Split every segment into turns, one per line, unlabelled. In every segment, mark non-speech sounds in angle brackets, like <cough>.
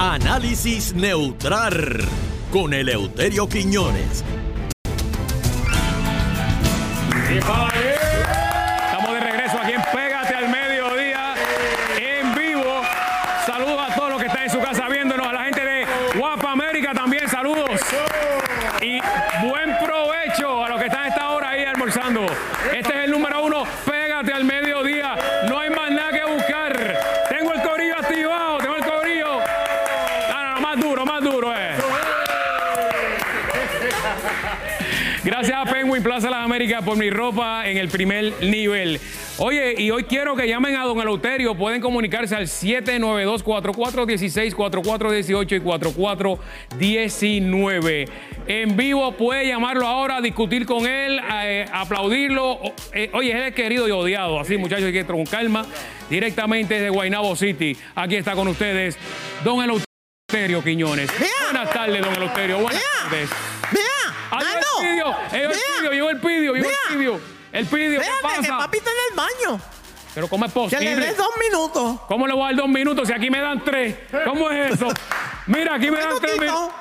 Análisis neutral con Eleuterio Quiñones.
Estamos de regreso aquí en Pégate al Mediodía, en vivo. Saludos a todos los que están en su casa viéndonos, a la gente de Guapa América también, saludos. Y buen provecho a los que están a esta hora ahí almorzando. Este es el número uno, Pégate al Mediodía. No hay más nada que buscar. Tengo el corillo activado, tengo el corillo. Ah, No, no, no, más duro, más duro, eh. Gracias a Penguin Plaza Las Américas por mi ropa en el primer nivel. Oye, y hoy quiero que llamen a don Eleuterio. Pueden comunicarse al 792-4416, 4418 y 4419. En vivo puede llamarlo ahora, discutir con él, eh, aplaudirlo. O- eh, oye, él es querido y odiado. Así, muchachos, hay que con calma. Directamente desde Guaynabo City. Aquí está con ustedes don Eleuterio Quiñones. Buenas tardes, don Eleuterio. Buenas tardes.
Mira,
¡Ahí va el
Nando.
pidio! ¡Ahí va el
Mira.
pidio! ¡Llegó el pidio! ¡Llegó
Mira.
el pidio! ¡El pidio! ¿Qué
Espérate, que
pasa?
papi está en el baño.
¿Pero cómo es
Que le
posible?
des dos minutos.
¿Cómo le voy a dar dos minutos si aquí me dan tres? ¿Cómo es eso? Mira, aquí me dan tres minutos.
Minutito.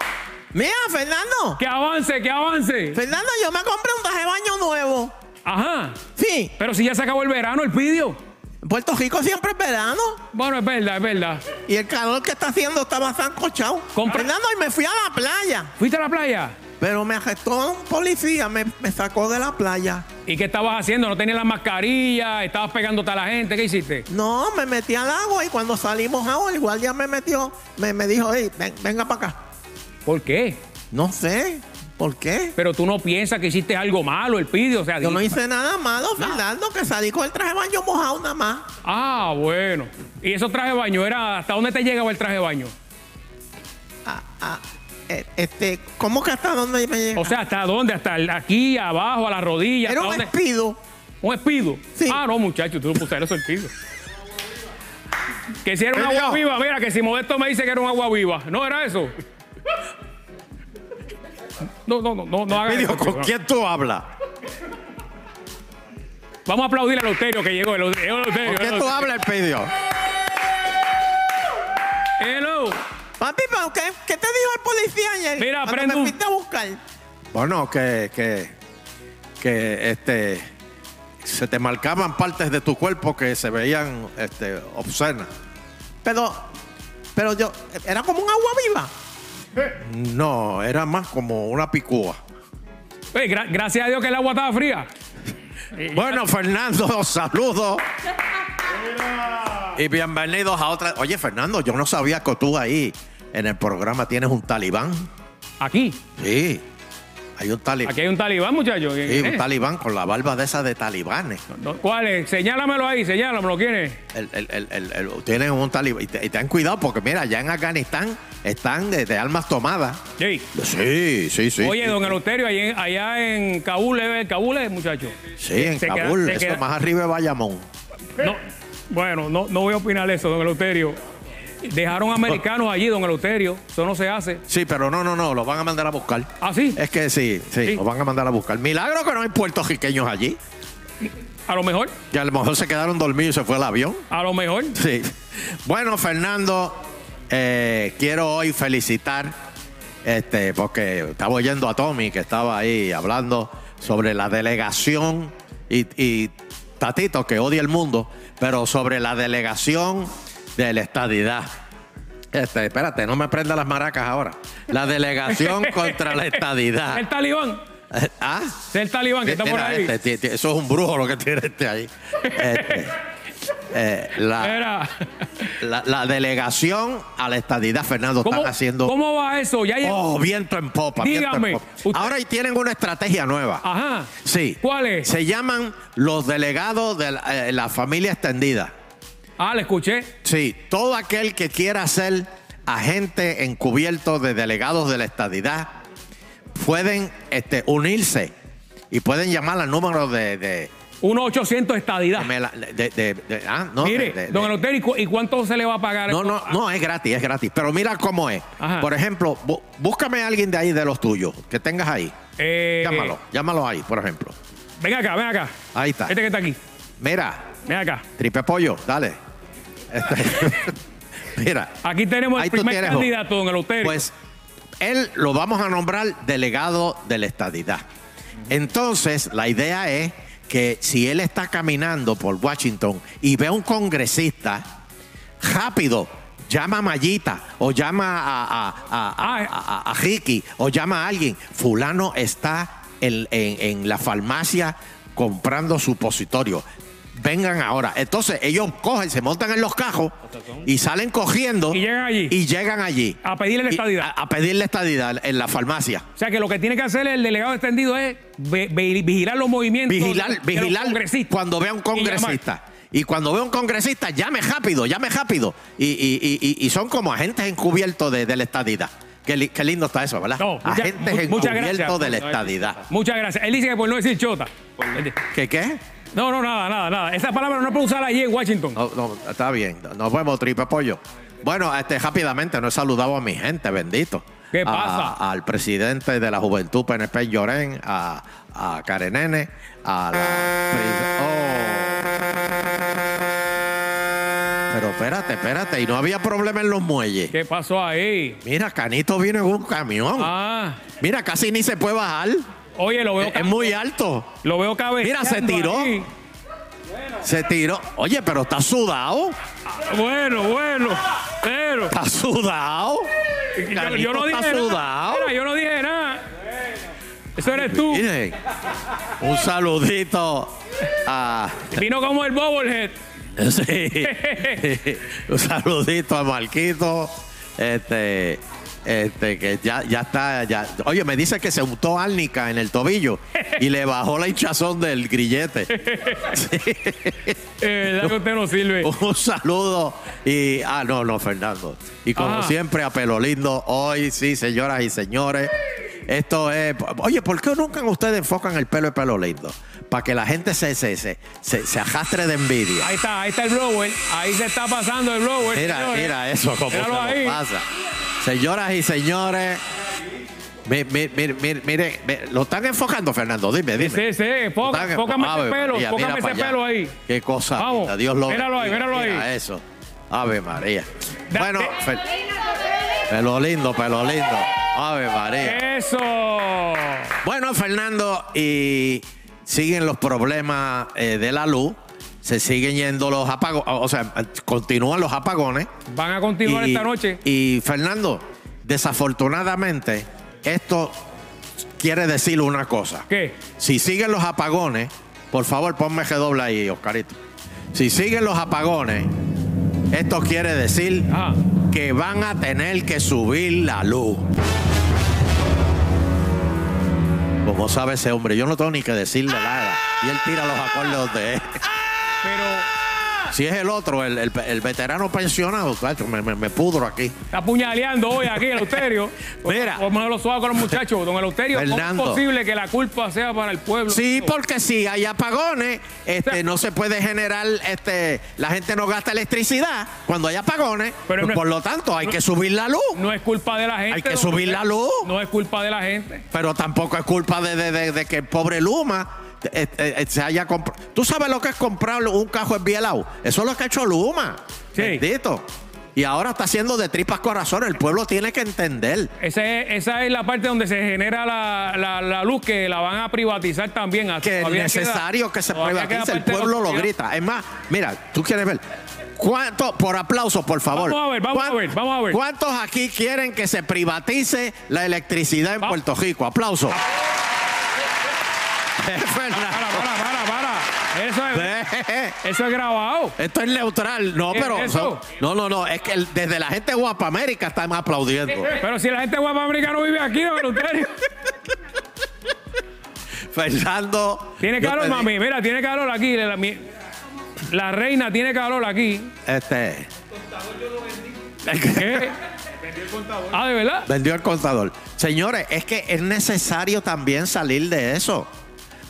Mira, Fernando.
¡Que avance, que avance!
Fernando, yo me compré un traje de baño nuevo.
Ajá.
Sí,
Pero si ya se acabó el verano, el pidio.
en Puerto Rico siempre es verano.
Bueno, es verdad, es verdad.
Y el calor que está haciendo está bastante cochado.
Compra-
Fernando, y me fui a la playa.
¿Fuiste a la playa?
Pero me arrestó un policía, me, me sacó de la playa.
¿Y qué estabas haciendo? ¿No tenías la mascarilla? ¿Estabas pegándote a la gente? ¿Qué hiciste?
No, me metí al agua y cuando salimos agua, el guardia me metió, me, me dijo, Ey, ven- venga para acá.
¿Por qué?
No sé, ¿por qué?
Pero tú no piensas que hiciste algo malo, el pidio. O sea,
Yo no
di-
hice nada malo, Fernando, que salí con el traje de baño mojado nada más.
Ah, bueno. ¿Y esos trajes de baño? Era, ¿Hasta dónde te llegaba el traje de baño?
Ah, ah, eh, este, ¿cómo que hasta dónde me llega?
O sea, ¿hasta dónde? ¿Hasta el- aquí, abajo, a la rodilla?
Era
¿Hasta
un
dónde?
espido.
¿Un espido?
Sí.
Ah, no, muchacho, tú no pusiste eso el pido. Que si era un
Elio.
agua viva, mira, que si Modesto me dice que era un agua viva. ¿No era eso? No, no, no, no, no hagas
Emilio,
eso,
¿con
no.
quién tú hablas?
Vamos a aplaudir a Loterio que llegó. El Loterio.
¿Con quién tú hablas, Emilio? ah.
Papi, ¿pero qué, qué te dijo el policía ayer?
Mira,
cuando
prende
me
un-
fuiste a buscar.
Bueno, que, que, que este, se te marcaban partes de tu cuerpo que se veían este, obscenas.
Pero, pero yo, era como un agua viva.
No, era más como una picúa.
Oye, gra- gracias a Dios que el agua estaba fría.
Bueno, Fernando, <laughs> saludos. Y bienvenidos a otra. Oye, Fernando, yo no sabía que tú ahí en el programa tienes un talibán.
Aquí,
Sí, hay un talibán.
aquí hay un talibán, muchacho.
Sí,
¿Eh?
un talibán con la barba de esa de talibanes.
No, ¿Cuál es? Señálamelo ahí, señálamelo. ¿Quién es?
El- el- el- el- el- tienen un talibán. Y, te- y ten cuidado porque, mira, allá en Afganistán están de, de armas tomadas.
Jake.
Sí, sí, sí.
Oye, don Eleuterio, allá en, allá en Kabul, ¿eh? ¿El Kabul es, muchacho?
Sí, en
se queda-
Kabul.
se
eso
queda-
más arriba de Bayamón.
No, bueno, no, no voy a opinar eso, don Eleuterio. Dejaron americanos allí, don Eleuterio. Eso no se hace.
Sí, pero no, no, no, los van a mandar a buscar.
¿Ah, sí?
Es que sí, sí,
Sí.
los van a mandar a buscar. Milagro que no hay puertorriqueños allí.
A lo mejor,
Que a lo mejor se quedaron dormidos y se fue el avión.
a lo mejor.
Sí. Bueno, Fernando, eh, quiero hoy felicitar, este, porque estaba oyendo a Tommy que estaba ahí hablando sobre la delegación y, y Tatito que odia el mundo, pero sobre la delegación de la estadidad. Este, espérate, no me prenda las maracas ahora.
<laughs>
La delegación contra la
El <laughs>
estadidad.
talibán,
¿Ah?
es el talibán que está por
Mira,
ahí.
este, ti- ti- eso es un brujo lo que tiene este ahí. Este, eh, la,
Era. <laughs>
la- la delegación a la estadidad, Fernando,
¿Cómo,
están haciendo.
¿Cómo va eso? Ya llegó.
Oh, viento en popa. viento en
Dígame,
popa.
usted-
Ahora ahí tienen una estrategia nueva.
Ajá.
Sí.
¿Cuál es?
Se llaman los delegados de la, eh, la familia extendida.
Ah, le escuché.
Sí, todo aquel que quiera ser agente encubierto de delegados de la estadidad pueden este, unirse y pueden llamar al número de- de
1-800 estadidad.
Me la- de- de- de- ah, no,
Mire,
de- de-
don Eleuterio, ¿y cu- ¿y cuánto se le va a pagar?
no, no, no, es gratis, es gratis. Pero mira cómo es.
Ajá.
Por ejemplo, bú- búscame a alguien de ahí, de los tuyos, que tengas ahí.
Eh,
Llámalo, llámalo ahí, por ejemplo.
Ven acá, ven acá.
Ahí está.
Este que está aquí.
Mira,
Ven acá.
tripe pollo, dale. Este, <laughs> Mira.
Aquí tenemos el
ahí tú
primer
tienes,
candidato, don Eleuterio.
Pues él lo vamos a nombrar delegado de la estadidad. Entonces, la idea es que si él está caminando por Washington y ve a un congresista, rápido, llama a Mayita o llama a, a, a- a-
Ah,
a- a- a Ricky o llama a alguien. Fulano está en, en- en la farmacia comprando supositorio. Vengan ahora. Entonces ellos cogen, se montan en los cajos y salen cogiendo.
Y llegan allí.
Y llegan allí.
A pedirle la
Y-
estadidad.
A, a pedirle estadidad en la farmacia.
O sea que lo que tiene que hacer el delegado extendido es ve- ve- vigilar los movimientos de
Vigilar,
los
vigilar
congresistas.
cuando vea un
Y
congresista. Y cuando vea un congresista, llame rápido, llame rápido. Y, y- y- y- y son como agentes encubiertos de, de la estadidad. Qué, li- qué lindo está eso, ¿verdad?
No, mucha-
agentes
mu- muchas gracias.
encubiertos de la estadidad.
Muchas gracias. Él dice que por no decir chota.
¿Qué qué?
No, no, nada, nada, nada. Esa palabra no puede usar allí en Washington.
No, no, está bien. Nos vemos, tripe pollo. Bueno, este, rápidamente, no he saludado a mi gente, bendito.
¿Qué
A-
pasa?
al presidente de la Juventud PNP, Llorén, a, a Karenene, a la... pri- Oh. Pero espérate, espérate, y no había problema en los muelles.
¿Qué pasó ahí?
Mira, Canito vino en un camión.
Ah,
Mira, casi ni se puede bajar.
oye, lo veo,
Es, es muy alto.
lo veo cabeceando
Eh, Mira, se tiró.
ahí.
Se tiró. Oye, pero está sudado.
Bueno, bueno, pero.
Está sudado.
Yo,
Canito
yo no dije
está
nada.
sudado.
Mira, yo no dije nada. Eso eres tú.
Miren, un saludito a.
Vino como el bobblehead. <laughs>
sí, un saludito a Marquito. Este. Este, que ya, ya está. Ya, oye, me dice que se untó árnica en el tobillo y le bajó la hinchazón del grillete.
Eh, ¿Verdad que usted no sirve?
<laughs> Un saludo y. Ah, no, no, Fernando. Y como
Ajá.
siempre, a pelo lindo, hoy sí, señoras y señores. Esto es. Oye, ¿por qué nunca ustedes enfocan el pelo de pelo lindo? Para que la gente se, se, se, se, se arrastre de envidia.
Ahí está, ahí está el blower. Ahí se está pasando el blower.
Mira,
señores.
mira eso, como se
Míralo
nos
ahí.
pasa. Señoras y señores. mi- mi- mi- mi- Mire, mi- lo están enfocando, Fernando. Dime, dime.
Sí, sí,
Están
poca,
en-
pócame
Ave
ese pelo,
María,
pócame
mira pa'
ese
allá.
pelo ahí.
Qué cosa.
Vamos,
linda, Dios lo
míralo ahí,
bendiga.
míralo ahí.
Mira eso. Ave María.
Da-
bueno,
de-
fe- pelo lindo, pelo lindo. Ave María.
Eso.
Bueno, Fernando, y siguen los problemas eh, de la luz. Se siguen yendo los apagones, o sea, continúan los apagones.
Van a continuar
Y-
esta noche.
Y Fernando, desafortunadamente, esto quiere decir una cosa.
¿Qué?
Si siguen los apagones, por favor ponme G ahí, Oscarito. Si siguen los apagones, esto quiere decir
Ah.
que van a tener que subir la luz. Como sabe ese hombre, yo no tengo ni que decirle nada. Y él tira los acordes donde es.
Pero
Si es el otro, el, el- el veterano pensionado, tacho, me, me- me pudro aquí.
está puñaleando hoy aquí el Euterio.
Mira.
Como no lo suave con los muchachos. Don Eleuterio, ¿cómo es
Fernando.
posible que la culpa sea para el pueblo?
Sí, porque si hay apagones,
O sea-
este, no se puede generar, este, la gente no gasta electricidad cuando hay apagones.
Pero
Pues,
no-
por lo tanto, hay que subir la luz.
No es culpa de la gente.
Hay que
don
subir la luz.
No es culpa de la gente.
Pero tampoco es culpa de, de- de- de que el pobre Luma eh, eh, eh, se haya comprado. ¿Tú sabes lo que es comprar un cajo envielado? Eso es lo que ha hecho Luma.
Sí.
Bendito. Y ahora está haciendo de tripas corazón. El pueblo tiene que entender.
Esa es, esa es la parte donde se genera la, la- la luz que la van a privatizar también.
que es
Todavía
necesario
queda-
que se
todavía queda
privatice. El
parte de la
pueblo lo
sociedad.
grita. Es más, mira, tú quieres ver. ¿Cuánto, por aplausos, por favor?
Vamos a ver, vamos a
¿Cuán-
ver, vamos a ver.
¿Cuántos aquí quieren que se privatice la electricidad en
Va-
Puerto Rico? Aplauso.
Para, para, para, para. Eso es, eso es grabado.
Eh, Esto es neutral, no,
¿Qué es
pero
eso?
no, no, no, es que el- desde la gente de guapa América están aplaudiendo.
Pero si la gente guapa americana no vive aquí, don
<laughs>
Eleuterio.
Fernando,
Tiene
yo
calor,
te di-
mami. Mira, tiene calor aquí. La, mi- la reina tiene calor
<laughs>
aquí.
Este,
¿Qué? Ah, ¿de verdad?
Vendió el contador. Señores, es que es necesario también salir de eso.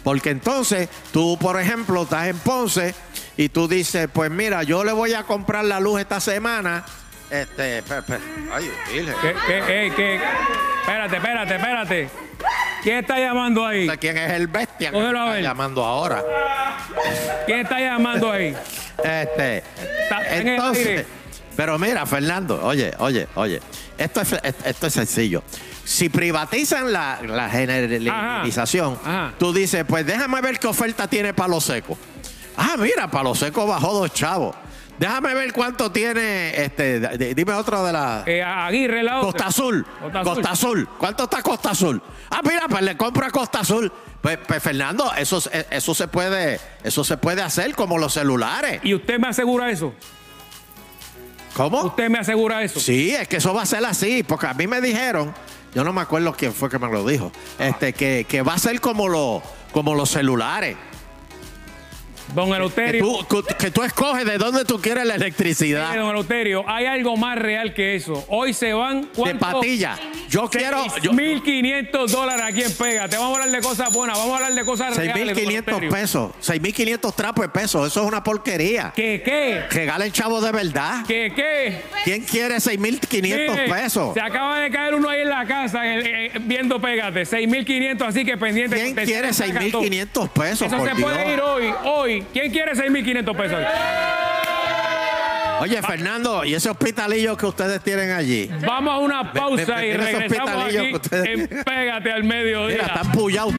Porque entonces tú, por ejemplo, estás en Ponce y tú dices, pues mira, yo le voy a comprar la luz esta semana. Este, pe- pe- ay, virgen.
¿Qué, qué, ey, qué? Espérate, espérate, espérate. ¿Quién está llamando ahí?
¿De ¿Quién es el bestia que
Cógelo a
está
ver.
llamando ahora?
¿Quién está llamando ahí?
Este,
Está en el aire.
entonces, Pero mira, Fernando, oye, oye, oye, esto es, esto es sencillo. Si privatizan la, la generalización,
Ajá.
tú dices, pues déjame ver qué oferta tiene Palo Seco. Ah, mira, Palo Seco bajó dos chavos. Déjame ver cuánto tiene, este, de- de- dime otro de la...
Eh, Aguirre la otra.
Costa Azul.
Costa
Costa
Azul.
Azul. ¿Cuánto está Costa Azul? Ah, mira, pues le compro a Costa Azul. Pues, pues, Fernando, eso, se- eso, se puede, eso se puede hacer como los celulares.
¿Y usted me asegura eso?
¿Cómo?
¿Usted me asegura eso?
Sí, es que eso va a ser así, porque a mí me dijeron, yo no me acuerdo quién fue que me lo dijo, este, que, que va a ser como, lo- como los celulares.
Don
Que
Eleuterio.
tú, que- que tú escoges de dónde tú quieres la
mire,
electricidad.
Don Eleuterio, hay algo más real que eso. Hoy se van.
De patilla. Yo quiero. yo-
1.500 dólares aquí en Pega. Te vamos a hablar de cosas buenas, vamos a hablar de cosas reales. don
6.500
Eleuterio.
pesos. 6.500 trapos de pesos. Eso es una porquería.
¿Qué qué?
Regalen chavos de verdad.
¿Qué qué?
¿Quién quiere
Mire,
6.500 pesos?
Se acaba de caer uno ahí en la casa en el- eh, viendo Pégate. 6.500, así que pendiente.
¿Quién
Te-
quiere
te saca todo.
6.500 pesos?
Eso
Por
se puede ir
Dios.
hoy, hoy. ¿Quién quiere 6.500 pesos?
Oye, Fernando, ¿y ese hospitalillo que ustedes tienen allí?
Vamos a una pausa
me-
y
mira esos
regresamos
pitalillos
aquí
que ustedes-
en Pégate al mediodía.
Mira, están pullados.